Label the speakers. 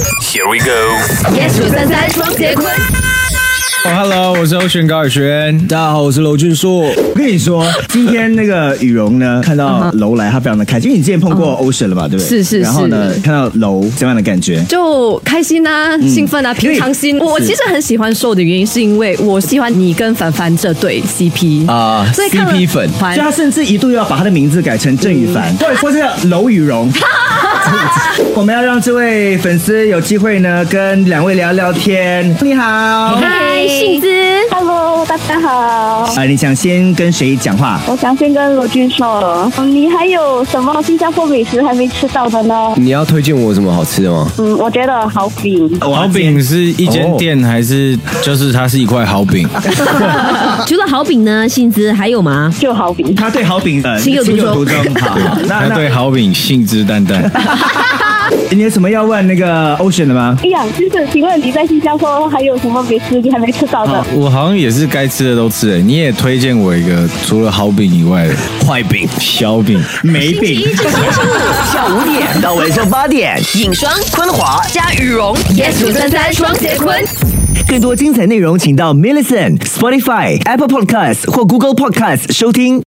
Speaker 1: Here we go。
Speaker 2: yes 五三三双节棍。
Speaker 3: 哦
Speaker 4: Hello，我是欧璇高宇轩。
Speaker 3: 大家好，我是娄俊硕。
Speaker 5: 我跟你说，今天那个羽绒呢，看到
Speaker 3: 嗯
Speaker 5: 楼来，他非常的开心，因为你之前碰过 Ocean 了嘛，对不对？
Speaker 2: 是是
Speaker 5: 然后呢
Speaker 2: 是，
Speaker 5: 看到楼怎么样的感觉？
Speaker 2: 就开心啊，兴奋啊，平常心。我我其实很喜欢瘦的原因，是因为我喜欢你跟凡凡这对 CP
Speaker 3: 啊
Speaker 2: 所以看了
Speaker 3: CP 粉嗯
Speaker 5: 所以他甚至一度要把他的名字改成郑宇凡，或者说是叫楼羽绒。 我们要让这位粉丝有机会呢，跟两位聊聊天。你好，
Speaker 3: 嗯
Speaker 2: 嗨，杏子，
Speaker 6: Hello，大家好，
Speaker 5: 啊，你想先跟谁讲话？
Speaker 6: 我想先跟罗俊说，嗯你还有什么新加坡美食还没吃到的呢？
Speaker 3: 你要推荐我什么好吃的吗？
Speaker 6: 嗯，我觉得好饼，
Speaker 4: 好饼是一
Speaker 5: 哦
Speaker 4: 间店还是就是它是一块好饼？
Speaker 2: 啊
Speaker 7: 除了好饼呢，薪资还有吗？
Speaker 6: 就好饼。
Speaker 5: 他对好饼呃
Speaker 7: 情有独钟
Speaker 5: 独钟。 好，好那
Speaker 4: 它对
Speaker 5: 那
Speaker 4: 好饼信誓旦旦。
Speaker 5: 你有什么要问那个 Ocean 的吗？
Speaker 6: 哎呀，就是请问你在新加坡还有什么美食你还没吃到的
Speaker 4: 好？啊我好像也是该吃的都吃了。你也推荐我一个除了好饼以外 的坏饼、 小饼。
Speaker 5: 没饼。
Speaker 8: 下午五点 到晚上八点， 影双、昆华加羽绒，
Speaker 2: yes 五三三双节棍。
Speaker 8: 更多精彩内容请到 m i l l i c e n t Spotify、Apple Podcasts 或 Google Podcasts 收听。